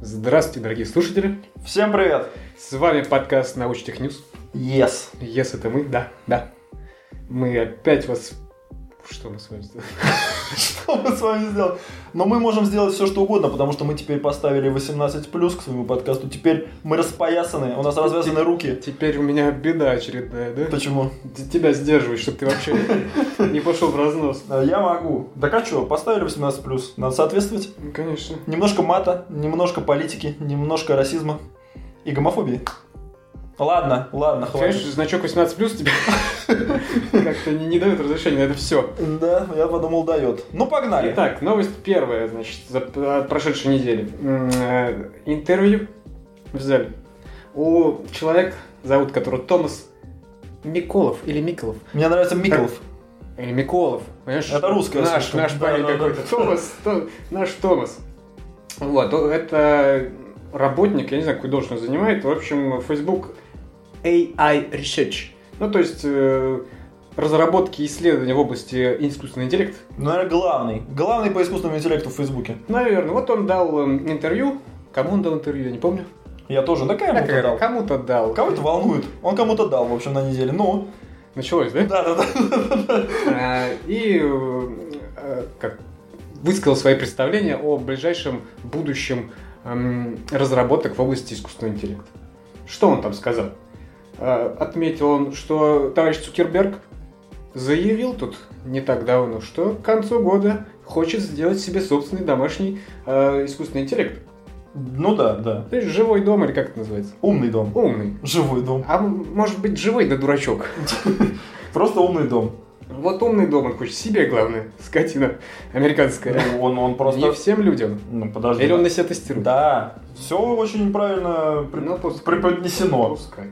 Здравствуйте, дорогие слушатели. Всем привет! С вами подкаст Научных Ньюс. Yes! Yes, это мы, да, да. Мы опять вас... Что мы с вами сделали? Что мы с вами сделали? Но мы можем сделать все, что угодно, потому что мы теперь поставили 18+, к своему подкасту. Теперь мы распоясаны, у нас развязаны руки. Теперь у меня беда очередная, да? Почему? Т- Тебя сдерживать, чтобы ты вообще не пошел в разнос. Э, Я могу. Так а что, поставили 18+, надо соответствовать. Ну, Конечно. Немножко мата, немножко политики, немножко расизма и гомофобии. Ладно, ладно, Конечно, хватит. значок 18+, тебе как-то не, не дает разрешения на это все. Да, я подумал, дает. Ну погнали. Итак, новость первая, значит, за п- от прошедшей недели. М, э, Интервью взяли. У человека, зовут которого Томас Миколов или Миколов. Мне нравится Миколов. Или Миколов, понимаешь? Это русская Наш, шутка. наш Да, парень да, да, какой-то. да. Томас, То- наш Томас. Вот, о- это работник, я не знаю, какую должность занимает. В общем, Facebook AI Research. Ну, то есть, э, разработки и исследования в области искусственного интеллекта. Ну, наверное, главный. Главный по искусственному интеллекту в Фейсбуке. Наверное. Вот он дал эм, интервью. Кому он дал интервью, я не помню. Я тоже. Да кому Так, то дал. Кому-то дал. Кого-то волнует. Он кому-то дал, в общем, на неделе. Ну, Началось, да? да-да-да. А, И э, э, как высказал свои представления о ближайшем будущем эм, разработок в области искусственного интеллекта. Что он там сказал? Э, Отметил он, что товарищ Цукерберг заявил тут не так давно, что к концу года хочет сделать себе собственный домашний э, искусственный интеллект. Ну да, да. То есть живой дом или как это называется? Умный дом. Умный. Живой дом. А м- может быть живой да дурачок. Просто умный дом. Вот умный дом он хочет себе, главное, скотина американская. Ну, Он, он Не просто... всем людям. Ну, подожди. Или он на себя тестирует? Да. Все очень правильно при- Ну, пускай. преподнесено. Пускай.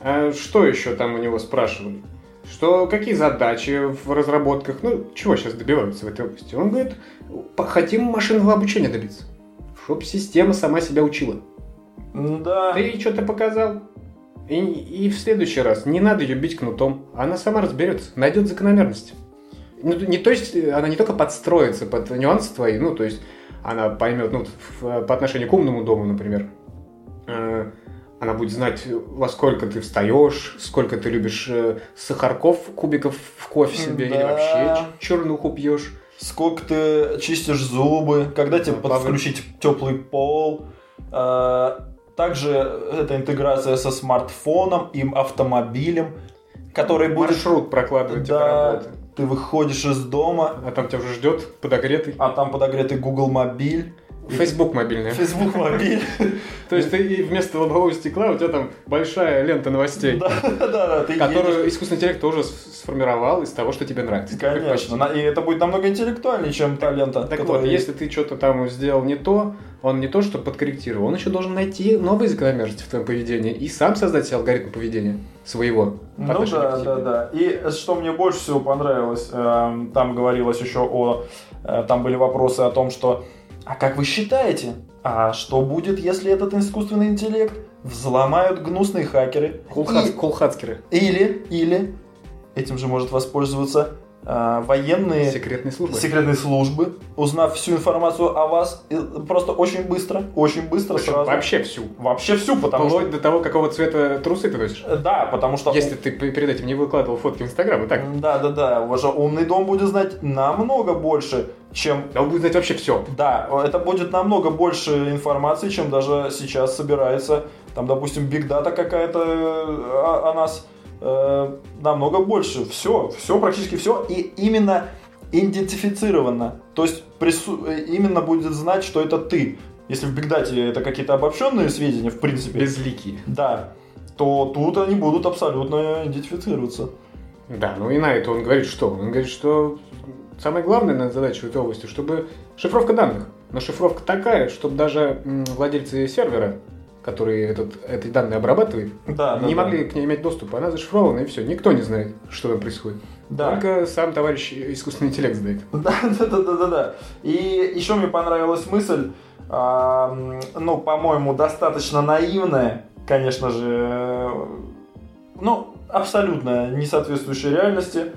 А что еще там у него спрашивали? Что, какие задачи в разработках? Ну, чего сейчас добиваются в этой области? Он говорит, «По- хотим машинного обучения добиться. Чтоб система сама себя учила. Ну Да. Ты что-то показал. И, и в следующий раз не надо ее бить кнутом. Она сама разберется, найдет закономерности. Ну, не, то есть, э, она не только подстроится под нюансы твои, ну, то есть, она поймет, ну, в- по отношению к умному дому, например, э, она будет знать, во сколько ты встаешь, сколько ты любишь э, сахарков, кубиков в кофе себе, или Да. вообще ч- чернуху пьешь. Сколько ты чистишь зубы, когда тебе Ну, главное- подключить теплый пол. А, Также это интеграция со смартфоном и автомобилем, который будет... Маршрут прокладывать тебе до Да, типа работы. ты выходишь из дома, А там тебя уже ждет подогретый. а там подогретый Google мобиль, Facebook мобильный. Facebook мобиль. То есть ты и вместо лобового стекла у тебя там большая лента новостей, Да, да, да, ты едешь. которую искусственный интеллект тоже с- сформировал из того, что тебе нравится. Конечно, на- и это будет намного интеллектуальнее, чем та лента, Так которая вот, если ты что-то там сделал не то, он не то, что подкорректировал, он еще должен найти новые закономерности в твоем поведении и сам создать себе алгоритм поведения своего. по Ну отношению к да, тебе. да, да. И э, что мне больше всего понравилось, эм, там говорилось еще о... э, Там были вопросы о том, что... А как вы считаете, а что будет, если этот искусственный интеллект взломают гнусные хакеры? Кулхац- И- Кулхацкеры. Или, или этим же может воспользоваться э, военные Секретные службы. секретные службы, узнав всю информацию о вас э, просто очень быстро, очень быстро Причем сразу. Вообще всю. Вообще всю, потому Вплоть что... до того, какого цвета трусы ты носишь. Э, Да, потому что... Если ты п- перед этим не выкладывал фотки в Инстаграм, и так. Да, да, да. Ваш умный дом будет знать намного больше, чем... Да он будет знать вообще все. Да, это будет намного больше информации, чем даже сейчас собирается. Там, допустим, бигдата какая-то э, о, о нас э, намного больше. Все, все, практически все. И именно идентифицировано. То есть прису- э, именно будет знать, что это ты. Если в бигдате это какие-то обобщенные сведения, в принципе, Безликие. да, то тут они будут абсолютно идентифицироваться. Да, ну и на это он говорит что? Он говорит, что самая главная наверное, задача в этой области, чтобы шифровка данных. Но шифровка такая, чтобы даже м, владельцы сервера, которые этот, эти данные обрабатывают, Да, да, не да. могли к ней иметь доступ. Она зашифрована, и все. Никто не знает, что там происходит. Да. Только сам товарищ искусственный интеллект знает. Да, да, да, да, да, да. И еще мне понравилась мысль, а, м, ну, по-моему, достаточно наивная, конечно же, э, ну, абсолютно не соответствующая реальности,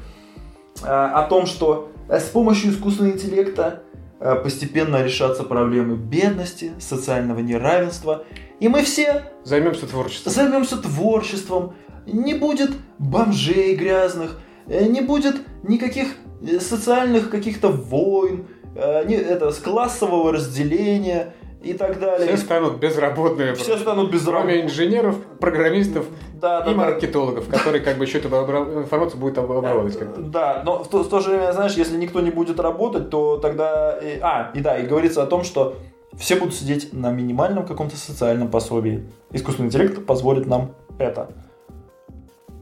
а, о том, что э, с помощью искусственного интеллекта э, постепенно решатся проблемы бедности, социального неравенства. И мы все Займемся творчеством. займемся творчеством, не будет бомжей грязных, э, не будет никаких э, социальных каких-то войн, э, не, это, с классового разделения и так Все далее. станут безработными. Все станут без Кроме работы. инженеров, программистов Да, да, и да. маркетологов, которые как бы еще эту обра- информацию будут об- обрабатывать. как-то. Да, но в то, в то же время, знаешь, если никто не будет работать, то тогда... и- а, и да, и говорится о том, что все будут сидеть на минимальном каком-то социальном пособии. Искусственный интеллект позволит нам это.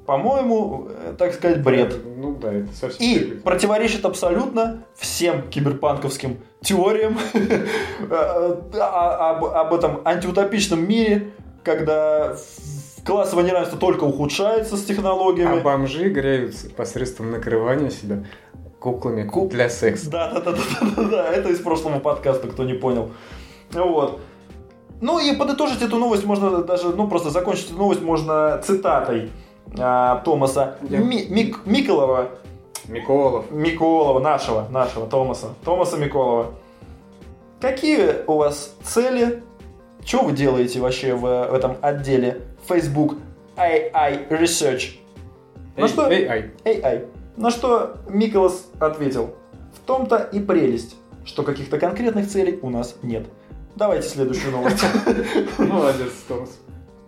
По-моему, э, так сказать, бред. Ну да, это совсем... И бред. противоречит абсолютно всем киберпанковским теориям э, э, а- об, об этом антиутопичном мире, когда в- классовое неравенство только ухудшается с А технологиями. бомжи греются посредством накрывания себя куклами Куб- для секса. Да, да, да, да, да, да, это из прошлого подкаста, кто не понял. Вот. Ну и подытожить эту новость можно даже, ну просто закончить эту новость можно цитатой а, Томаса Я- Ми- Мик- Миколова, Миколов. Миколова, нашего, нашего Томаса, Томаса Миколова. Какие у вас цели? Что вы делаете вообще в, в этом отделе Facebook AI Research? Ну Эй, что? эй, ай. AI. На что Миколас ответил, в том-то и прелесть, что каких-то конкретных целей у нас нет. Давайте следующую новость. Молодец, Томас.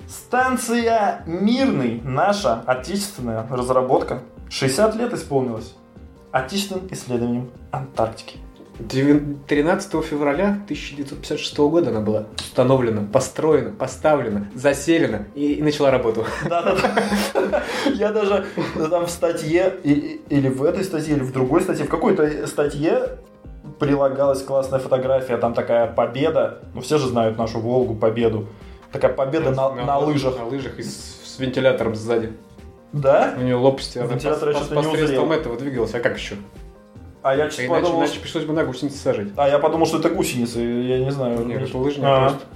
Станция Мирный, наша отечественная разработка, 60 лет исполнилась отечественным исследованием Антарктики. Девин- 13 февраля 1956 года она была установлена, построена, поставлена, заселена и, и начала работу. Да-да-да. Я даже ну, там в статье, и- и- или в этой статье, или в другой статье, в какой-то статье прилагалась классная фотография, там такая победа, ну все же знают нашу Волгу, победу. Такая победа на, на лыжах. На лыжах и с, с вентилятором сзади. Да? У нее лопасти, она пос- Вентилятор я пос- что-то не посредством узрел. этого двигалась. А как еще? А я Иначе, честно подумал, иначе пришлось бы на гусеницы сажать. а я подумал, что это гусеницы, я не знаю. Нет, это лыжник А. просто.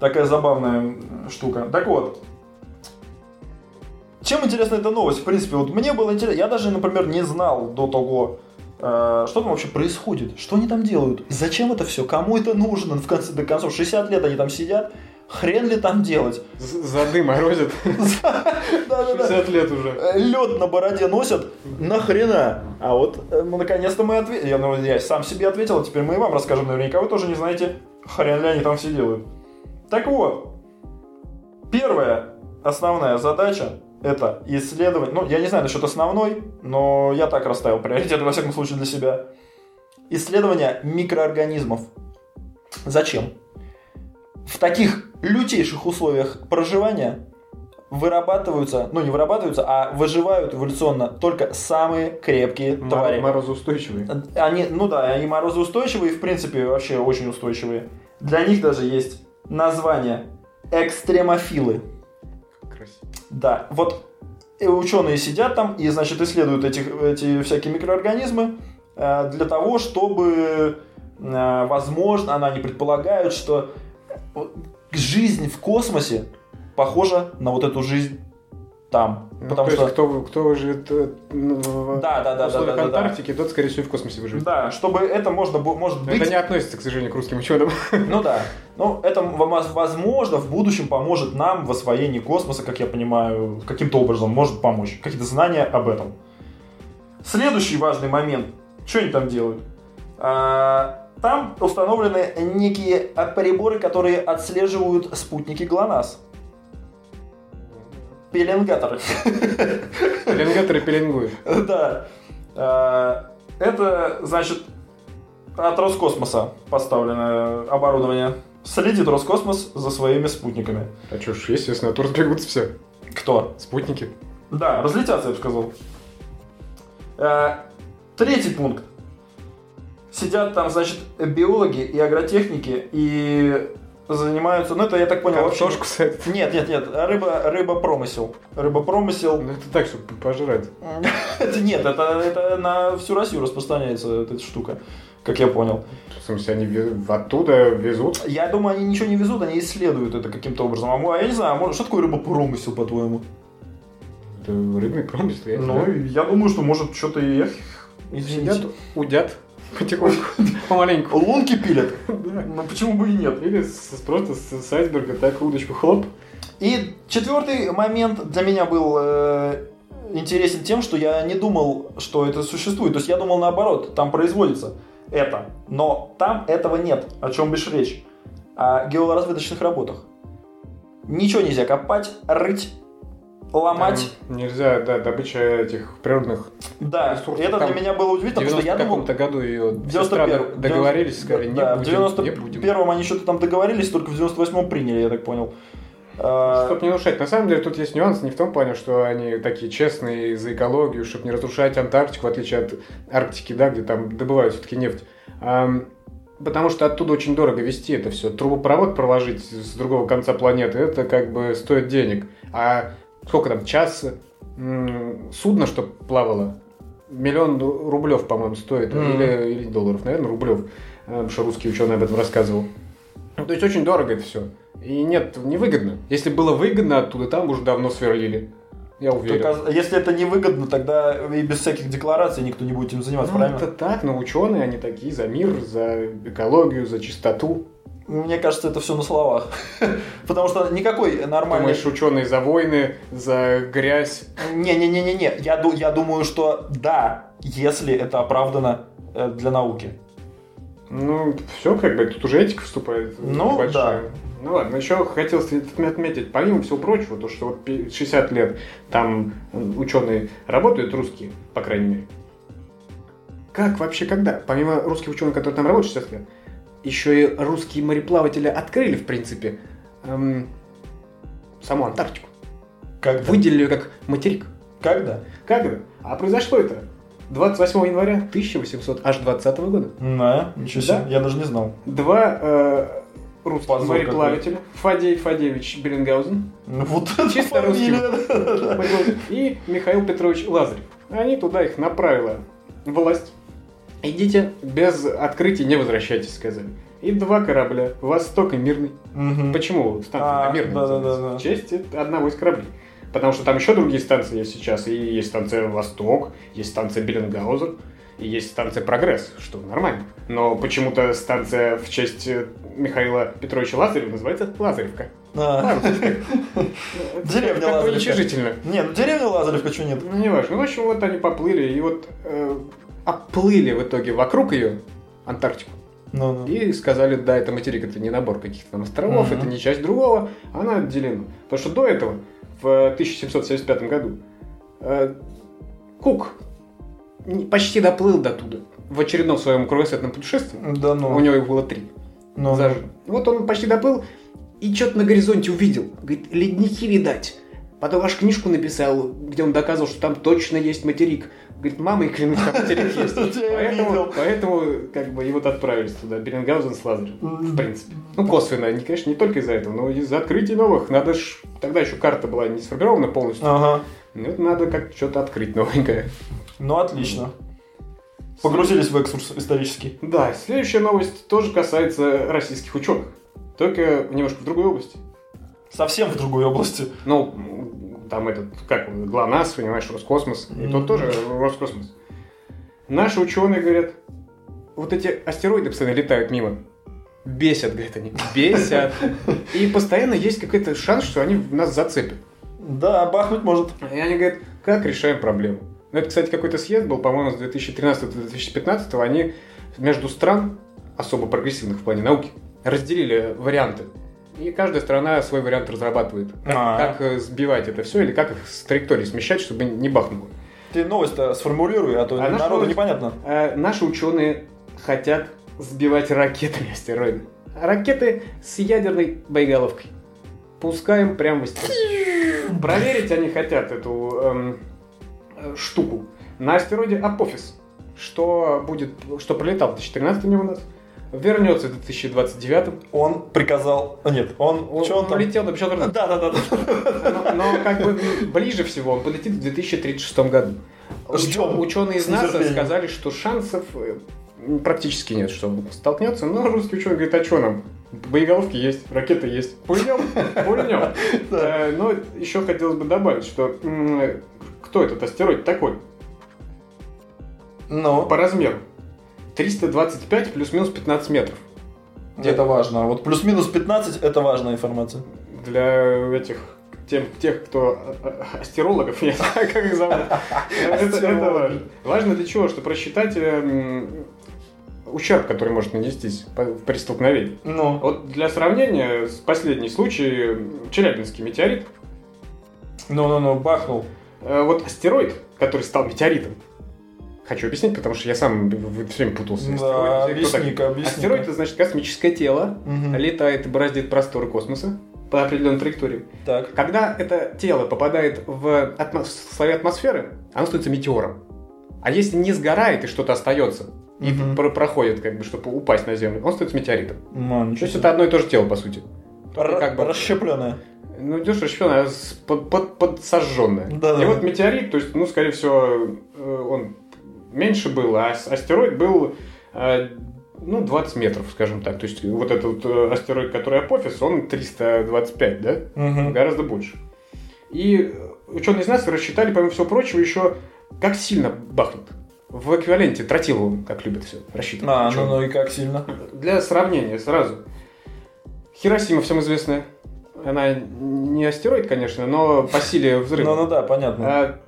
Такая забавная м, штука. Так вот. Чем интересна эта новость? В принципе, вот мне было интересно. Я даже, например, не знал до того, э, что там вообще происходит, что они там делают, и зачем это все, кому это нужно, в конце до концов, 60 лет они там сидят, хрен ли там делать. З- Зады морозят. Да-да-да. 60 лет уже. Э, Лед на бороде носят, нахрена? А вот, э, ну, наконец-то мы ответили. Я, ну, я сам себе ответил, а теперь мы и вам расскажем. Наверняка вы тоже не знаете, хрен ли они там все делают. Так вот, первая основная задача это исследовать, ну, я не знаю насчет основной, но я так расставил приоритет, во всяком случае, для себя. Исследование микроорганизмов. Зачем? В таких лютейших условиях проживания вырабатываются, ну не вырабатываются, а выживают эволюционно только самые крепкие твари. Мор- Морозоустойчивые. Они, ну да, они морозоустойчивые, в принципе, вообще очень устойчивые. Для них даже есть название экстремофилы. Красиво. Да, вот и ученые сидят там и, значит, исследуют этих, эти всякие микроорганизмы э, для того, чтобы, э, возможно, она не предполагают, что э, жизнь в космосе похожа на вот эту жизнь там. Ну, потому то что... есть, кто, вы- кто выживет э, ну, в Да, да, да, да, условиях да, да, да. Антарктики, тот, скорее всего, и в космосе выживет. Да, чтобы это можно было, может Но быть... Это не относится, к сожалению, к русским ученым. Ну да. Ну, это, воз- возможно, в будущем поможет нам в освоении космоса, как я понимаю, каким-то образом может помочь. Какие-то знания об этом. Следующий важный момент. Что они там делают? А, там установлены некие а, приборы, которые отслеживают спутники ГЛОНАСС. Пеленгаторы. Пеленгаторы пеленгуют. Да. А, Это, значит, от Роскосмоса поставлено оборудование. Следит Роскосмос за своими спутниками. А чё ж, естественно, тур сбегутся все. Кто? Спутники. Да, разлетятся, я бы сказал. А, Третий пункт. Сидят там, значит, биологи и агротехники и занимаются... Ну, это, я так понял, вообще... Картошку садят. Нет, нет, нет, рыба, рыба промысел. Рыба промысел. Ну, это так, чтобы пожрать. Это нет, это, это на всю Россию распространяется эта штука, как я понял. В смысле, они ве- оттуда везут. Я думаю, они ничего не везут, они исследуют это каким-то образом. А мы- я не знаю, а может, что такое рыбопромысел, по-твоему? Это рыбный промысел. я не Ну, знаю. я думаю, что может что-то и... Сидят, удят. потихоньку, помаленьку. Лунки пилят. Да. Ну почему бы и нет? Или с- просто с, с айсберга так удочку хлоп. И четвертый момент для меня был э, интересен тем, что я не думал, что это существует. То есть я думал наоборот, там производится это. Но там этого нет, о чем бишь речь. О геолоразведочных работах. Ничего нельзя копать, рыть, ломать. Там нельзя, да, добыча этих природных. Да, Ресурсы это там для меня было В удивительно, 90 потому что я думал... каком-то году ее в все страны 91-м, договорились, сказали, не да, в будем, не будем. 91-м они что-то там договорились, только в 98-м приняли, я так понял. А, Чтобы не нарушать. На самом деле тут есть нюанс не в том плане, что они такие честные за экологию, чтобы не разрушать Антарктику, в отличие от Арктики, да, где там добывают все-таки нефть. Ам, потому что оттуда очень дорого вести это все. Трубопровод проложить с другого конца планеты, это как бы стоит денег. А сколько там, час м, судно, что плавало? Миллион ру- рублев, по-моему, стоит. Мгм. Или, или долларов, наверное, рублев. А, Потому что русский ученый об этом рассказывал. Ну, То есть очень дорого это все. И нет, невыгодно. Если было выгодно оттуда, там бы уже давно сверлили. Я уверен. Только а если это невыгодно, тогда и без всяких деклараций никто не будет им заниматься, Ну, правильно? это так, но ученые, они такие за мир, за экологию, за чистоту. Мне кажется, это все на словах. Потому что никакой нормальный... Думаешь, ученые за войны, за грязь. Не-не-не-не-не. Я, ду- я думаю, что да, если это оправдано э, для науки. Ну, все, как бы, тут уже этика вступает. э, Ну, да. Ну ладно, еще хотел отметить, помимо всего прочего, то, что вот пи- 60 лет там ученые работают, русские, по крайней мере. Как вообще, когда? Помимо русских ученых, которые там работают 60 лет, еще и русские мореплаватели открыли, в принципе, эм, саму Антарктику. Когда? Выделили ее как материк. Когда? Как это? А произошло это 28 января 1800, аж 20 года. Да, ничего себе. Да. Я даже не знал. Два э, русских Позор мореплавателя. Фадей Фадеевич Беренгаузен Ну, Вот это Чисто русский. фамилия. и Михаил Петрович Лазарев. Они туда их направила власть. Идите, без открытий не возвращайтесь, сказали. И два корабля, Восток и Мирный. Мгм. Почему станция А, Мирный да-да-да-да. называется? В честь это одного из кораблей. Потому что там еще другие станции есть сейчас. И есть станция Восток, есть станция Беленгаузер, и есть станция Прогресс, что нормально. Но почему-то станция в честь э, Михаила Петровича Лазарева называется Лазаревка. А. Ладно, так. Деревня Как-то Лазаревка. уничижительно. Не, ну деревня Лазаревка, что нет? Ну, не важно. В общем, вот они поплыли, и вот э, оплыли в итоге вокруг ее, Антарктику. Ну, ну. И сказали, да, это материк, это не набор каких-то там островов, Мгм. это не часть другого, она отделена. Потому что до этого, в э, 1775 году, э, Кук не- почти доплыл до туда в очередном своем кругосветном путешествии. Да ну. У него их было три. Ну, За- Вот он почти доплыл и что-то на горизонте увидел. Говорит, ледники видать. Потом аж книжку написал, где он доказывал, что там точно есть материк. Говорит, мама, и клянусь, там материк есть. Я Поэтому, видел. поэтому, как бы, и вот отправились туда, Беренгаузен с Лазарем. В принципе. Ну, косвенно, не, конечно, не только из-за этого, но из-за открытий новых. Надо ж... Тогда еще карта была не сформирована полностью. Ага. Ну, это надо как что-то открыть новенькое. Ну, отлично. Погрузились в экскурс исторический. Да, следующая новость тоже касается российских ученых. Только немножко в другой области. Совсем в другой области. Ну, м, там этот, как он, ГЛОНАСС, понимаешь, Роскосмос. И Мгм. тот тоже Роскосмос. Наши ученые говорят, вот эти астероиды постоянно летают мимо. Бесят, говорят они, бесят. И постоянно есть какой-то шанс, что они нас зацепят. Да, бахнуть может. И они говорят, как решаем проблему. Ну, это, кстати, какой-то съезд был, по-моему, с 2013-2015. Они между стран, особо прогрессивных в плане науки, разделили варианты. И каждая страна свой вариант разрабатывает. Как, А. как, э, сбивать это все или как их с траектории смещать, чтобы не бахнуло. Ты новость-то сформулируй, а то А наш народу новость- непонятно. Э, наши ученые хотят сбивать ракетами астероиды. Ракеты с ядерной боеголовкой. Пускаем прямо в астероид. Проверить они хотят эту эм, э, штуку. На астероиде Апофис, что будет, что пролетал в 2013 у нас, вернется в 2029. Он приказал... а, Нет, он... Он, Чё он он там? летел до Да, да, да. но, но как бы ближе всего он полетит в 2036 году. Ждем. Ученые из С НАСА нетерпением. сказали, что шансов э, практически нет, что он столкнется. Но русский ученый говорит, а что нам? Боеголовки есть, ракеты есть. Пульнем, пульнем. Да. Э, Но еще хотелось бы добавить, что м, кто этот астероид такой Ну, по размеру? 325 плюс-минус 15 метров. Это важно. А Вот плюс-минус 15 это важная информация. Для этих тем, тех, кто а- а- астерологов, я не знаю, как их зовут. Это- Это Астерологи. важно. Важно для чего? Что просчитать эм, ущерб, который может нанестись по- при столкновении. Ну, Вот для сравнения, с последний случай, м, Челябинский метеорит, ну, ну-ну-ну, бахнул. Э, вот астероид, который стал метеоритом, хочу объяснить, потому что я сам все время путался. Астероид, кто Да, так- объясни-ка, объясни. Астероид, это значит космическое тело, летает и бороздит просторы космоса по определенной траектории. Так. Когда это тело попадает в, атмо- в слои атмосферы, оно становится метеором. А если не сгорает и что-то остается, и Мгм. про- проходит, как бы, чтобы упасть на Землю, он становится метеоритом. Ну, То ничего есть себе. это одно и то же тело, по сути. Р- как бы- Расщепленное. Ну, идешь расщепленная, под, под, подсожженная. Да-да. И вот метеорит, то есть, ну, скорее всего, э, он меньше был, а ас- астероид был, э, ну, 20 метров, скажем так. То есть, вот этот э, астероид, который Апофис, он 325, да? Мгм. Гораздо больше. И ученые из нас рассчитали, помимо всего прочего, еще как сильно бахнут. В эквиваленте тротиловым, как любят все рассчитывать. А, учёные. ну, ну и как сильно? Для сравнения сразу. Хиросима всем известная. Она не астероид, конечно, но по силе Ну, ну взрыва. да, понятно. А,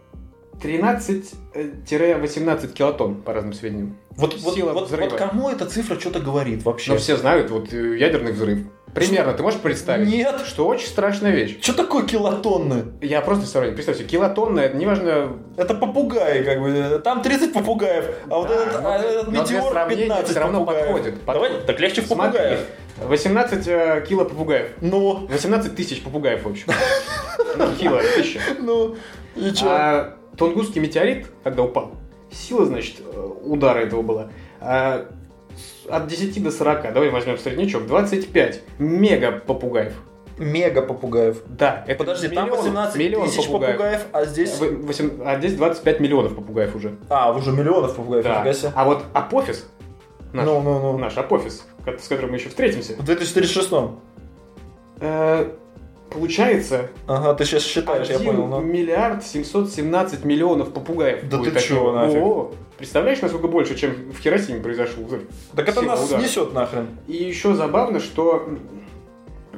13-18 килотонн, по разным сведениям. Вот, вот, сила вот, взрыва. вот кому эта цифра что-то говорит вообще? Но все знают, вот э, ядерный взрыв. Примерно, ты можешь представить? Нет! Что очень страшная вещь. Что такое килотонны? Я просто сравнил. Представьте, килотонна, это неважно... Это попугаи, как бы. Там 30 попугаев, а вот Да, этот, но а для- этот но для метеор сравнения 15 всё равно попугаев. подходит, Давай, подходит. так легче в Смотри, попугаев. 18 э, кило попугаев. Ну, 18 тысяч попугаев, в общем. Ну, кило, тысяча. ну, и чё? А Тунгусский метеорит, когда упал, сила, значит, э, удара этого была а, с- от 10 до 40, давай возьмем среднячок, 25 мега попугаев. Мега попугаев. Да, это Подожди, там миллион- 18 миллион тысяч попугаев. а здесь... Вы- восем- а здесь 25 миллионов попугаев уже. А, уже миллионов попугаев, Да. нифига себе. А вот Апофис, наш, Ну, ну, ну. наш Апофис, ко- с которым мы еще встретимся, В 2036 э, получается Ага, ты сейчас считаешь, я 1 понял. ну. миллиард 717 миллионов попугаев. Да будет ты таких. чё, нафиг? О, представляешь, насколько больше, чем в Хиросиме произошел взрыв? Так это Сила нас удара. снесет нахрен. И еще забавно, что... м,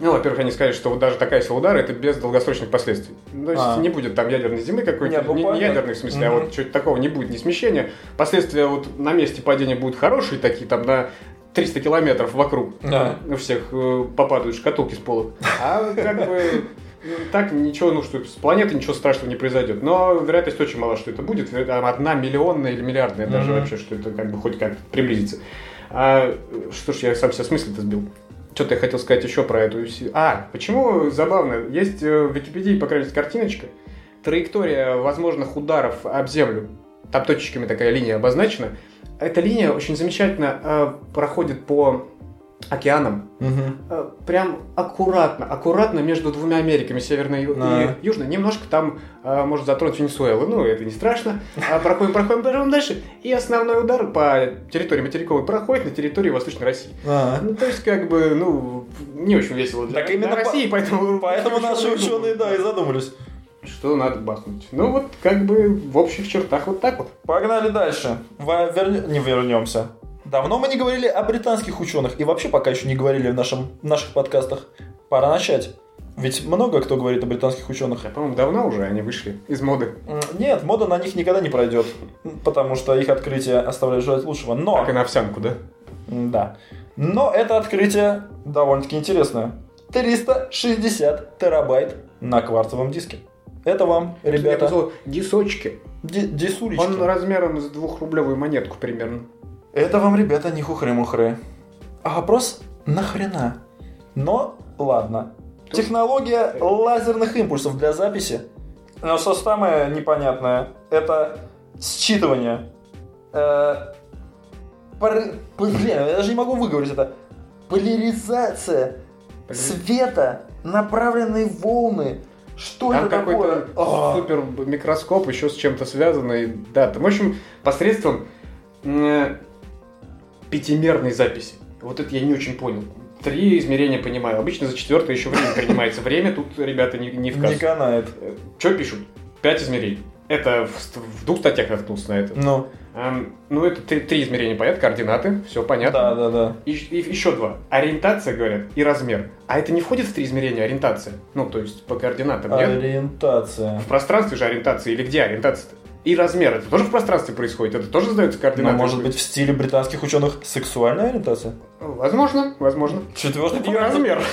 Ну, во-первых, они сказали, что вот даже такая сила удара, это без долгосрочных последствий. Ну, То есть А. не будет там ядерной зимы Не, какой-то, ну, не, не понятно. ядерной в смысле, а Мгм. вот чего-то такого не будет, не смещения. Последствия вот на месте падения будут хорошие такие, там на 300 километров вокруг Да. у всех э, попадают шкатулки с полок. А как бы ну, так ничего, ну что, с планеты ничего страшного не произойдет. Но вероятность очень мала, что это будет. Веро- там Одна миллионная или миллиардная даже Мгм. вообще, что это как бы хоть как-то приблизится. А, э, что ж, я сам себя с мысли-то сбил. Что-то я хотел сказать еще про эту... си- А, почему забавно, есть э, в Википедии, по крайней мере, картиночка, траектория возможных ударов об землю, там точечками такая линия обозначена, эта линия очень замечательно э, проходит по океанам, Мгм. Э, прям аккуратно, аккуратно между двумя Америками, Северной и- Да. и Южной. Немножко там э, может затронуть Венесуэлу, ну это не страшно. А проходим, проходим, проходим дальше. И основной удар по территории материковой проходит на территории Восточной России. А. Ну, то есть, как бы, ну, не очень весело для, Так именно для по- России, поэтому... Поэтому наши думают, ученые, да, и задумались. Что надо бахнуть. Ну, вот, как бы, в общих чертах вот так вот. Погнали дальше. Во- верне- Не вернемся. Давно мы не говорили о британских ученых и вообще пока еще не говорили в нашем, в наших подкастах. Пора начать. Ведь много кто говорит о британских ученых. Да, по-моему, давно уже они вышли из моды. М, Нет, мода на них никогда не пройдет, потому что их открытия оставляют желать лучшего. Но, Как и на овсянку, да? М, да, но это открытие довольно-таки интересное. 360 терабайт на кварцевом диске. Это вам, Я бы ребята, сказал, Дисочки. ди- дисулечки. Он размером с двухрублевую монетку примерно. Это вам, ребята, не хухры-мухры. А вопрос нахрена? Но ладно. Тут- Технология лазерных импульсов для записи. Но что самое непонятное, это считывание. Э, пар- п- Блин, я даже не могу выговорить это. Поляризация света, направленные волны. Что Там это такое? какой-то А, супер микроскоп еще с чем-то связанный. Да, там, в общем, посредством э, пятимерной записи. Вот это я не очень понял. Три измерения понимаю. Обычно за четвертое еще время принимается. Время тут, ребята, не, не в Не кассу. канает. Что пишут? Пять измерений. Это в, ст- в двух статьях наткнулся на это. Ну, А, Эм, ну, это три, три измерения, понятно, координаты, все понятно. Да, да, да. И, и еще два. Ориентация, говорят, и размер. А это не входит в три измерения ориентация? Ну, то есть по координатам, А, нет? Ориентация. В пространстве же ориентация, или где ориентация -то? И размер, это тоже в пространстве происходит, это тоже задается Но координаты? Ну, может быть в стиле британских ученых сексуальная ориентация? Возможно, возможно. Четвертый И размер.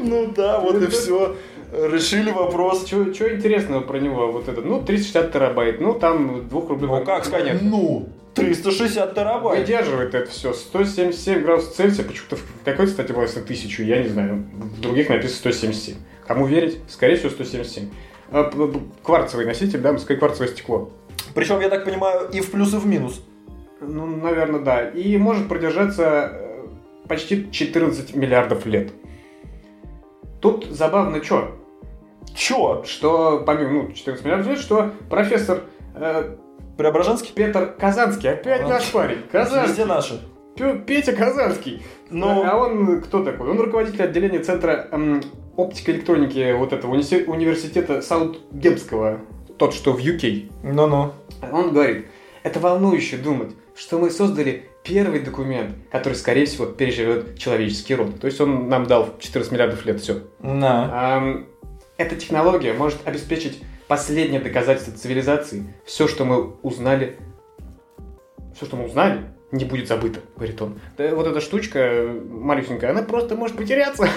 Ну да, вот и все. Решили вопрос. Чего интересного про него вот этот? Ну, 360 терабайт, ну, там двухрублевый. Ну как сказать? Ну, 360 терабайт. Выдерживает это все. 177 градусов Цельсия. Почему-то в такой статье было написано 1000, я не знаю. В других написано 177. Кому верить? Скорее всего, 177. А, п- п- Кварцевый носитель, да, мужское кварцевое стекло. Причем, я так понимаю, и в плюс, и в минус. Ну, наверное, да. И может продержаться э, почти 14 миллиардов лет. Тут забавно что? Чё? Что, помимо, ну, 14 миллиардов лет, что профессор э, Преображенский? Петр Казанский, опять Ага. наш парень, Казанский, Везде наши. Пё- Петя Казанский, Ну, А он кто такой? Он руководитель отделения центра эм, оптико-электроники вот этого унисе- университета Саутгемского, тот, что в UK. ну-ну. Он говорит, это волнующе думать, что мы создали первый документ, который, скорее всего, переживет человеческий род. То есть он нам дал 14 миллиардов лет, все. На. Ам, эта технология может обеспечить последнее доказательство цивилизации. Все, что мы узнали, все, что мы узнали, не будет забыто, говорит он. Да, вот эта штучка э, малюсенькая, она просто может потеряться.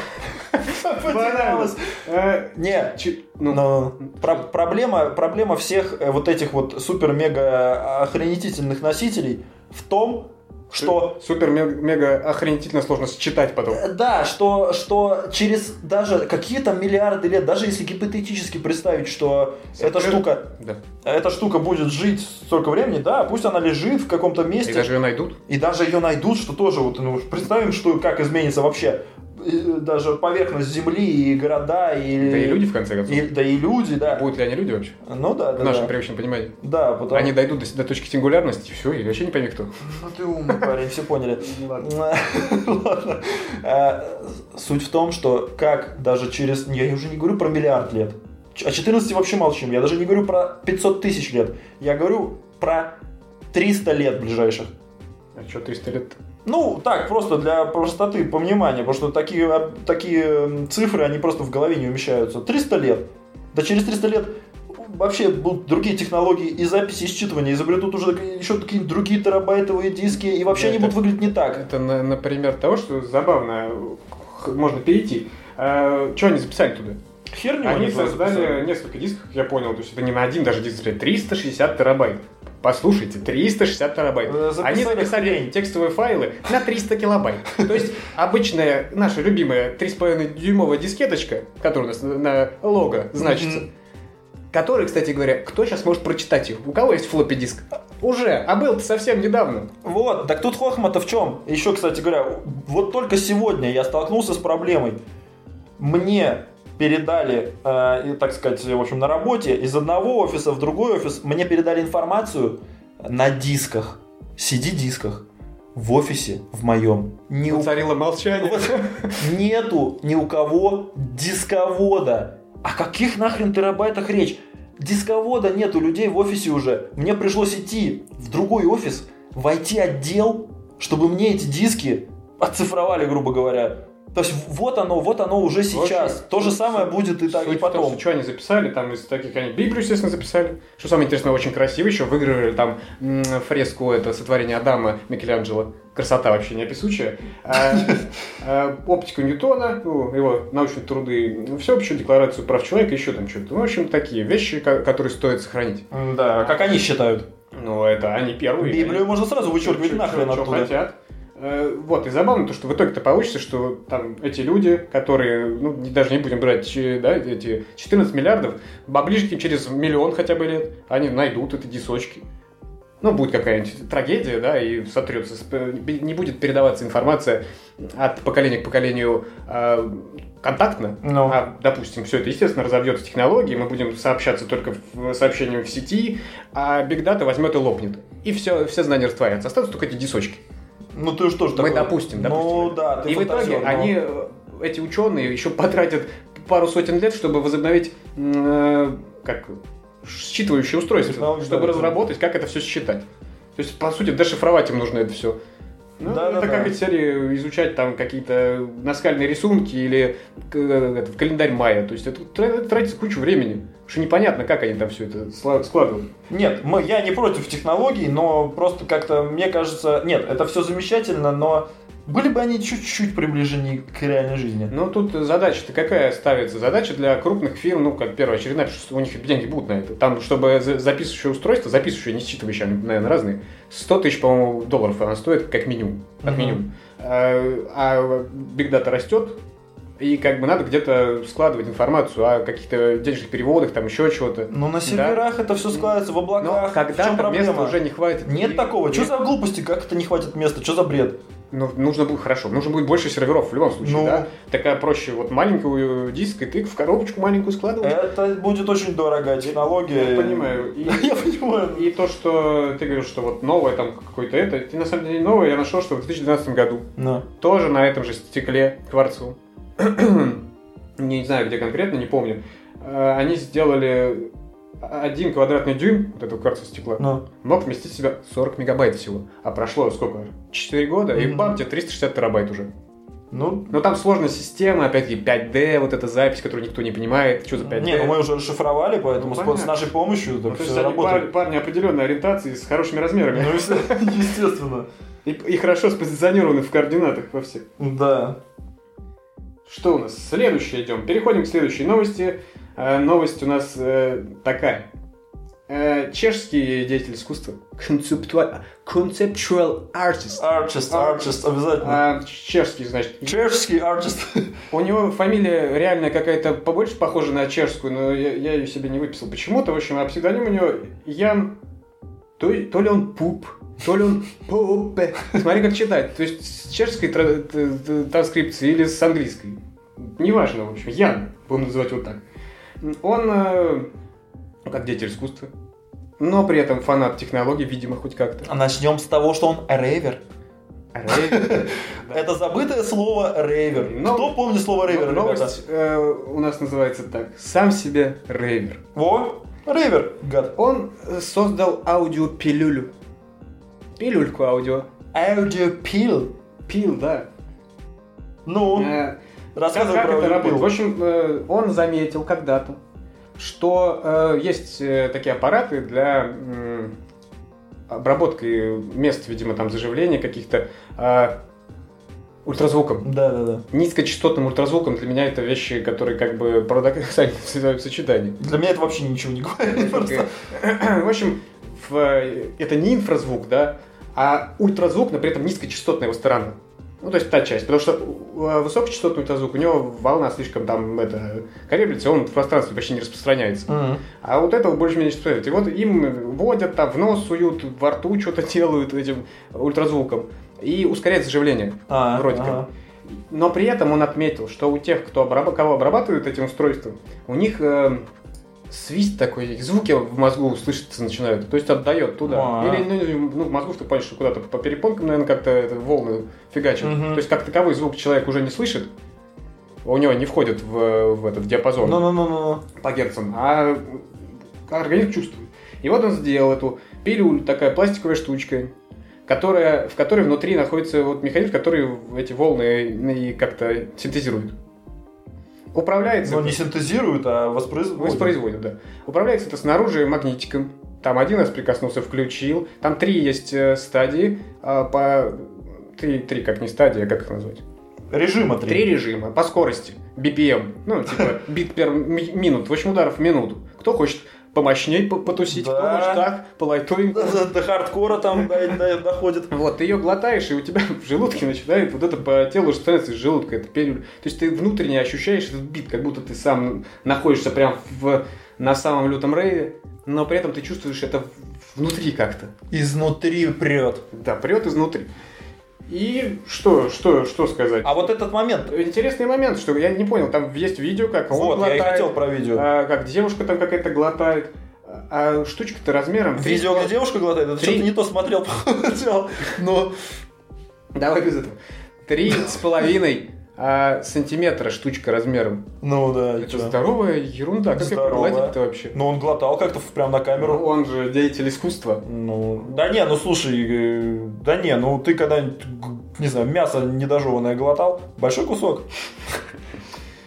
Потерялась. Э, Не, чи- Ну, Но про- проблема, проблема всех э, вот этих вот супер-мега охренительных носителей в том, что Супер мег- мега охренительно сложно считать потом. э, да, что, что через даже какие-то миллиарды лет, даже если гипотетически представить, что эта Супер- штука, Да. эта штука будет жить столько времени, да, пусть она лежит в каком-то месте, И даже ее найдут. и даже ее найдут, что тоже вот ну, представим, что как изменится вообще э, даже поверхность Земли и города и, Да и люди, в конце и- концов. да и люди, да, Будут ли они люди вообще? ну да, В да, нашем да. привычном понимании. Да, потому Они дойдут до- до точки сингулярности, все, и вообще не пойми кто. Ну ты умный парень, все поняли. Ладно. А, Суть в том, что как даже через... Я уже не говорю про миллиард лет. Ч- О 14 вообще молчим. Я даже не говорю про 500 тысяч лет. Я говорю про 300 лет ближайших. А что, 300 лет? Ну, так, просто для простоты понимания, потому что такие, а, такие м, цифры, они просто в голове не умещаются. 300 лет. Да через 300 лет вообще будут другие технологии и записи, и считывания, изобретут уже еще какие-нибудь другие терабайтовые диски, и вообще Да, они это- будут выглядеть не так. Это, на- например, того, что забавно, х- можно перейти. что они записали туда? Херню они туда создали записали. несколько дисков, как я понял, то есть это не на один даже диск, а 360 терабайт. Послушайте, 360 терабайт. Э, записали Они записали хрень. текстовые файлы на 300 килобайт. То есть обычная наша любимая 3,5-дюймовая дискеточка, которая у нас на- на лого значится, Мгм. который, кстати говоря, кто сейчас может прочитать ее? У кого есть флоппи диск? Уже, а был-то совсем недавно. Вот, так тут хохма-то в чем? Еще, кстати говоря, вот только сегодня я столкнулся с проблемой. Мне передали, э, и, так сказать, в общем, на работе из одного офиса в другой офис, мне передали информацию на дисках, CD-дисках, в офисе в моем. Ни у Царило молчание. нету ни у кого дисковода. О каких нахрен терабайтах речь? Дисковода нет у людей в офисе уже. Мне пришлось идти в другой офис, войти отдел, чтобы мне эти диски оцифровали, грубо говоря. То есть вот оно, вот оно уже сейчас. общем, То же суть- самое будет и, так, и Суть в том, потом. что, что они записали, там из таких они Библию, естественно, записали. Что самое интересное, очень красиво, еще выиграли там м, фреску это сотворение Адама Микеланджело. Красота вообще неописучая. А, а, Оптику Ньютона, ну, его научные труды, ну, всеобщую декларацию прав человека, еще там что-то. Ну, в общем, такие вещи, ко- которые стоит сохранить. Да, А как они считают. Ну, это они первые. Библию можно сразу вычеркивать нахрен что оттуда. хотят. Э, Вот, и забавно то, что в итоге-то получится, что там эти люди, которые, ну, не- даже не будем брать, че- да, эти 14 миллиардов, баблишки через миллион хотя бы лет, они найдут эти дисочки. Ну, будет какая-нибудь трагедия, да, и сотрется. с- Не будет передаваться информация от поколения к поколению э, контактно. Ну. А, допустим, все это, естественно, разовьется технологии, мы будем сообщаться только в сообщениями в сети, а Big Data возьмет и лопнет. И все, все знания растворятся. Останутся только эти дисочки. Ну ты что ж мы такое? допустим, допустим. Ну да, ты и в итоге фантазер, но- они, э, эти ученые, еще потратят пару сотен лет, чтобы возобновить м, э, как считывающее устройство, Технологии, чтобы да, разработать, как это все считать. То есть, по сути, дешифровать им нужно это все. Ну, Да, это да, как да. из серии э, изучать там какие-то наскальные рисунки или к- это, в календарь майя. То есть это тра- тратится кучу времени. Потому что непонятно, как они там все это сла- складывают. Нет, мы, я не против технологий, но просто как-то, мне кажется, нет, это все замечательно, но были бы они чуть-чуть приближены к реальной жизни. Ну, тут задача-то какая ставится? Задача для крупных фирм, ну, как первая очередная, потому что у них деньги будут на это. Там, чтобы за- записывающее устройство, записывающее, не считывающее, они, наверное, разные, 100 тысяч, по-моему, долларов она стоит, как минимум, как Мгм. минимум. А, а Big Data растет, и как бы надо где-то складывать информацию о каких-то денежных переводах, там еще чего-то. Но на серверах это все складывается в Но облаках. Ну, в чем когда проблема? места уже не хватит. Нет И- такого. и- Что за глупости? Как это не хватит места? Что за бред? Ну, нужно будет, хорошо, нужно будет больше серверов в любом случае, Ну. да? Такая проще, вот маленькую диск, и ты в коробочку маленькую складываешь. Это будет очень дорогая технология. Я понимаю. И, Я понимаю. и то, что ты говоришь, что вот новое там какое-то это, это на самом деле не новое, я нашел, что в 2012 году Да. тоже на этом же стекле кварцевом, не знаю где конкретно, не помню, э, они сделали один квадратный дюйм вот этого кварцевого стекла, Ну. мог вместить в себя 40 мегабайт всего. А прошло сколько? 4 года, и Мгм. бам, тебе 360 терабайт уже. Ну, Но там сложная система, опять-таки 5D, вот эта запись, которую никто не понимает, что за 5D. не, ну мы уже расшифровали, поэтому Ну, с- с понятно. нашей помощью Ну, так то все есть они пар- работает. парни определенной ориентации с хорошими Ну, размерами. естественно. И, и хорошо спозиционированы в координатах во всех. Да. Что у нас? Следующее идем. Переходим к следующей новости. Э, новость у нас э, такая. Э, чешский деятель искусства. Conceptual, conceptual artist. Artist, artist, обязательно. Э, чешский, значит. Чешский artist. У него фамилия реально какая-то побольше похожа на чешскую, но я, я ее себе не выписал почему-то. В общем, а псевдоним у него Ян... То, то ли он Пуп, то ли он Попе. Смотри, как читать. То есть с чешской тра- т- т- транскрипции или с английской. Неважно, в общем. Ян, будем называть вот так. Он э, ну, как деятель искусства, но при этом фанат технологий, видимо, хоть как-то. Начнем с того, что он рейвер. Рэпер. Да. Это забытое слово рейвер. Но- Кто помнит ну, слово рейвер, ребята? Новость э, у нас называется так. Сам себе рейвер. Во, рейвер, гад. Он э, создал аудиопилюлю. Пилюльку аудио. Аудиопил. Пил, да. Ну, Э, как рассказывай как про это аудиопил. работает? В общем, э, он заметил когда-то, что э, есть э, такие аппараты для м, обработки мест, видимо, там заживления каких-то э, ультразвуком. Да, да, да. Низкочастотным ультразвуком для меня это вещи, которые как бы парадоксальны в сочетании. Для меня это вообще ничего не Э, говорит. просто. В общем, в, э, это не инфразвук, да, а ультразвук, но при этом низкочастотная его сторона. Ну, то есть та часть. Потому что э, высокочастотный ультразвук, у него волна слишком там это, колеблется, он в пространстве почти не распространяется. Мгм. А вот этого больше-менее распространяется. И вот им вводят там, в нос суют, во рту что-то делают этим ультразвуком. И ускоряет заживление. А, Вроде ага. Но при этом он отметил, что у тех, кто обраб- кого обрабатывают этим устройством, у них эм, свист такой, и звуки в мозгу слышаться начинают, то есть отдает туда. А. Или ну, ну, в мозгу, чтобы понять, что куда-то по перепонкам, наверное, как-то это, волны фигачат. Мгм. То есть как таковой звук человек уже не слышит, у него не входит в, в этот диапазон Ну, Ну-ну-ну-ну. по герцам, а организм чувствует. И вот он сделал эту пилюлю, такая пластиковая штучка, которая, в которой внутри находится вот механизм, который эти волны ну, и как-то синтезирует. Управляется, Ну, не синтезируют, а воспроизводят. воспроизводит, да. Управляется это снаружи магнитиком. Там один раз прикоснулся, включил. Там три есть э, стадии. а, по... Три, три, как не стадии, а как их назвать? Режима три. Три режима по скорости. BPM. Ну, типа, бит per ми- минут. 8 ударов в минуту. Кто хочет помощней по- потусить, Да. кто хочет так, по лайтовеньку. До до хардкора там да, да, доходит. Вот, ты ее глотаешь, и у тебя в желудке начинает вот это по телу уже становится из желудка, это пилюль. То есть ты внутренне ощущаешь этот бит, как будто ты сам находишься прям в, на самом лютом рейве, но при этом ты чувствуешь это в- внутри как-то. Изнутри прет. Да, прет изнутри. И что, что, что сказать? А вот этот момент. Интересный момент, что я не понял, там есть видео, как он Вот, я и глотает, хотел про видео. а, как девушка там какая-то глотает, а а штучка-то размером... три- Видео, где девушка глотает, это Три. что-то не то смотрел, походу, взял. но Давай без этого. Три с половиной а сантиметра штучка размером. Ну да. и Это чё? здоровая ерунда. Как я Здоровая. проглотил-то вообще? Ну, Но он глотал как-то в- прям на камеру. Он же деятель искусства. Ну, да не, ну слушай, э, да не, ну ты когда-нибудь, г- не знаю, мясо недожеванное глотал, большой кусок.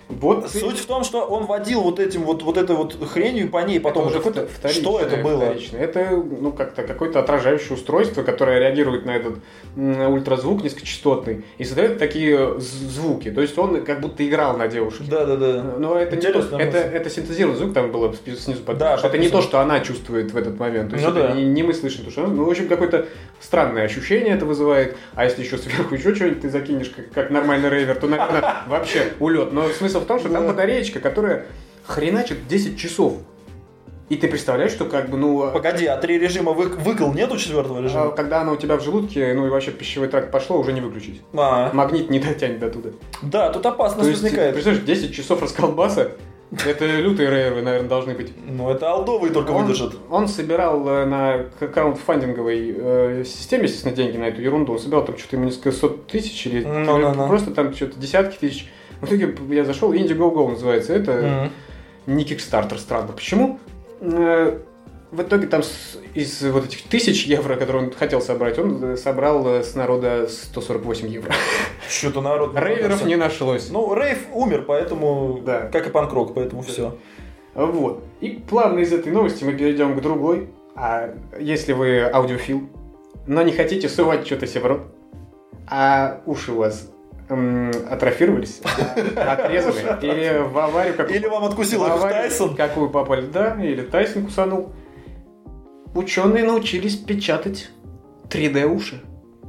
Вот ты- Суть в том, что он водил вот этим вот, вот этой вот хренью и по ней потом Это уже уже какой-то... вторичное, Что это было? вторичное. Это, ну, как-то какое-то отражающее устройство, которое реагирует на этот м, ультразвук низкочастотный и создает такие з- звуки. То есть он как будто играл на девушке. Да-да-да. Но Ну, это не то, Интересная это, мысль. это синтезированный звук, там было спи- снизу под- Да, Это не подписано. то, что она чувствует в этот момент. То есть Ну это да. не, не мы слышим, то, что она- ну, в общем, какое-то странное ощущение это вызывает. А если еще сверху еще что-нибудь ты закинешь, как, как нормальный рейвер, то, наверное, вообще улет. Но смысл в том, что там Да. батареечка, которая хреначит 10 часов. И ты представляешь, что как бы, ну, а- Погоди, а три режима вы, выкл нету четвертого а режима? когда она у тебя в желудке, ну и вообще пищевой тракт пошло, уже не выключить. А, Магнит не дотянет до туда. да, тут опасность возникает. представляешь, 10 часов расколбаса, это лютые рейвы, наверное, должны быть. Ну, это алдовый только он, выдержит. он собирал э, на к- краундфандинговой э, системе, естественно, деньги на эту ерунду. Он собирал там что-то ему несколько сот тысяч или Ну, или да, да. просто там что-то десятки тысяч. В итоге я зашел, Indiegogo называется. Это Мгм. не Kickstarter, странно. Почему? Э, В итоге там с- из вот этих тысяч евро, которые он хотел собрать, он э, собрал э, с народа 148 евро. Что-то народ... Рейверов не нашлось. Ну, Рейв умер, поэтому... Да. Как и Панкрок, поэтому все. Вот. И плавно из этой новости мы перейдем к другой. А если вы аудиофил, но не хотите сувать что-то себе в рот, а уши у вас м, атрофировались, отрезаны, или в аварию как Или вам в откусил их аварию, Тайсон? как вы попали, да, или Тайсон кусанул. Ученые научились печатать 3D уши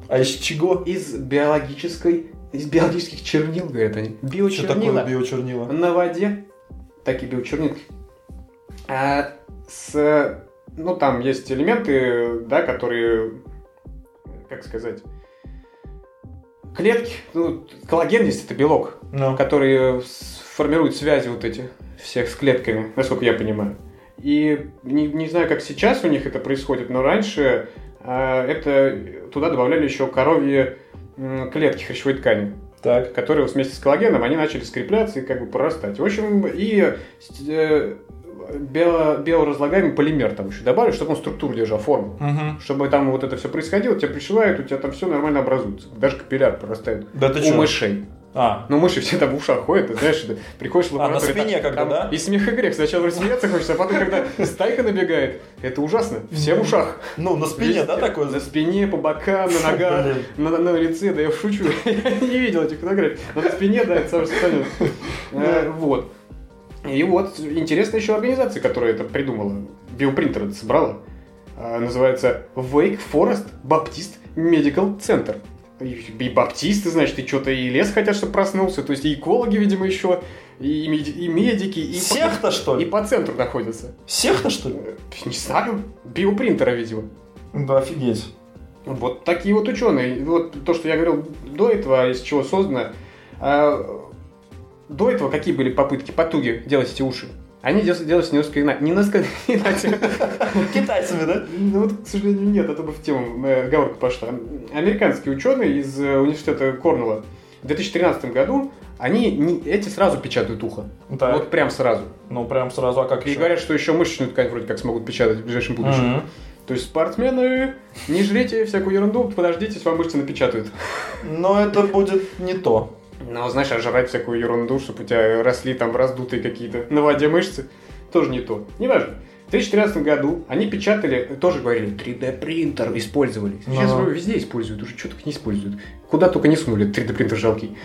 А из чего? из биологической, из биологических чернил, говорят они. Что такое Биочернила биочернила? на воде, так и биочернил. А с, э, ну, там есть элементы, э, да, которые, как сказать, клетки, ну, коллаген есть, это белок, Ну. которые э, с- формируют связи вот эти всех с клетками, насколько я понимаю. И не, не знаю, как сейчас у них это происходит, но раньше э, это туда добавляли еще коровьи м, клетки хрящевой ткани Так. которые вот вместе с коллагеном, они начали скрепляться и как бы прорастать. В общем, и э, био- биоразлагаемый полимер там еще добавили, чтобы он структуру держал, форму. Мгм. Чтобы там вот это все происходило, тебя пришивают, у тебя там все нормально образуется. Даже капилляр прорастает. Да ты у чё? мышей. А, Ну, мыши все там в ушах ходят, ты знаешь, ты приходишь в А, на лабораторию. спине там- когда, там да? И смех и грех. Сначала рассмеяться хочется, а потом, когда стайка набегает, это ужасно. Все в ушах. ну на спине, Везде. да, такое? На спине, по бокам, на ногах, Блин. на, на лице, да я шучу, я не видел этих фотографий. Но на спине, да, это самое что странное. Э, Вот. И вот интересная еще организация, которая это придумала, биопринтер это собрала. Э, Называется Wake Forest Baptist Medical Center. И и баптисты, значит, и что-то и лес хотят, чтобы проснулся, то есть и экологи, видимо, еще, и, меди- и медики, и Сехта, что по, и ли? по центру находятся. Сехта, что ли? Э, Не знаю, биопринтера, видимо. Да, офигеть. Вот такие вот ученые. Вот то, что я говорил до этого, из чего создано. а, до этого какие были попытки, потуги делать эти уши? Они дел- делались несколько иначе. Не несколько иначе. Китайцами, да? Ну вот, к сожалению, нет, это бы в тему э, оговорка пошла. Американские ученые из э, университета Корнелла в 2013 году, они не- эти сразу печатают ухо. Так. Вот прям сразу. Ну прям сразу, а как И ещё? говорят, что еще мышечную ткань вроде как смогут печатать в ближайшем будущем. Мгм. То есть спортсмены, не жрите всякую ерунду, подождите, вам мышцы напечатают. Но это будет не то. Ну, знаешь, а жрать всякую ерунду, чтобы у тебя росли там раздутые какие-то на воде мышцы, тоже не то. Неважно. В 2013 году они печатали, тоже говорили, 3D-принтер использовали. Сейчас Ага. его везде используют, уже что так не используют. Куда только не сунули 3D-принтер жалкий.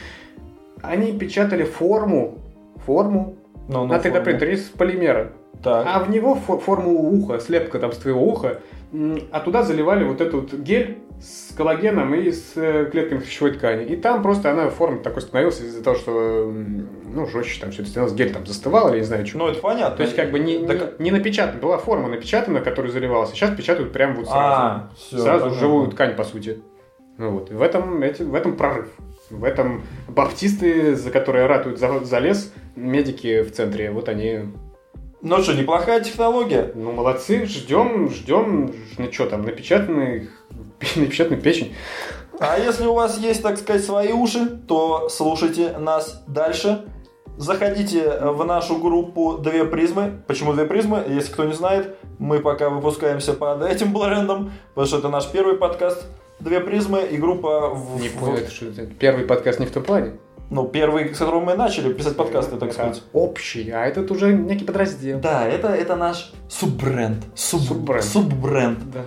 Они печатали форму, форму Но, на 3D-принтере из полимера. ну, Так. А в него фо- форму уха, слепка там с твоего уха, м, а туда заливали вот этот гель с коллагеном и с э, клетками хрящевой ткани. И там просто она форма такой становилась из-за того, что м, ну, жестче там все это становилось, гель там застывал или не знаю что. Ну это понятно. То есть как бы не, не, Так- не напечатана, была форма напечатана, которую заливалась, а сейчас печатают прям вот сразу. А, все. сразу живую ткань, по сути. Ну вот, и в этом, эти- в этом прорыв. В этом баптисты, за которые ратуют за, за лес, медики в центре, вот они Ну что, неплохая технология? ну, молодцы, ждем, ждем, ну что там, напечатанный, напечатанную печень. А если у вас есть, так сказать, свои уши, то слушайте нас дальше. Заходите в нашу группу «Две призмы». Почему «Две призмы»? Если кто не знает, мы пока выпускаемся под этим брендом, потому что это наш первый подкаст. «Две призмы» и группа... В... Не понял, это что это первый подкаст не в том плане. Ну, первый, с которого мы начали писать подкасты, так Ага. сказать. Общий, а этот уже некий подраздел. Да, это, это наш суббренд. Суб- Суббренд. Суббренд. Да.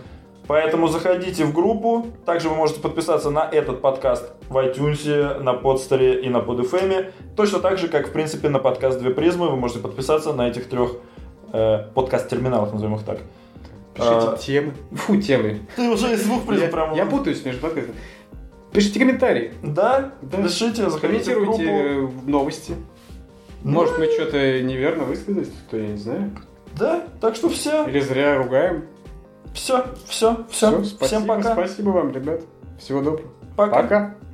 Поэтому заходите в группу. Также вы можете подписаться на этот подкаст в iTunes, на подстере и на подфм. Точно так же, как, в принципе, на подкаст «Две призмы» вы можете подписаться на этих трех э, подкаст-терминалах, назовем их так. Пишите А. темы. Фу, темы. Ты уже из двух призм Я, прям... я путаюсь между подкастами. Пишите комментарии. Да? Да. Пишите, заходите в Комментируйте группу. э, в новости. Ну, Может, мы что-то неверно высказались, то я не знаю. Да, так что все, Или зря ругаем. все, все, все. Всё, Всем спасибо, пока. Спасибо вам, ребят. Всего доброго. Пока. Пока.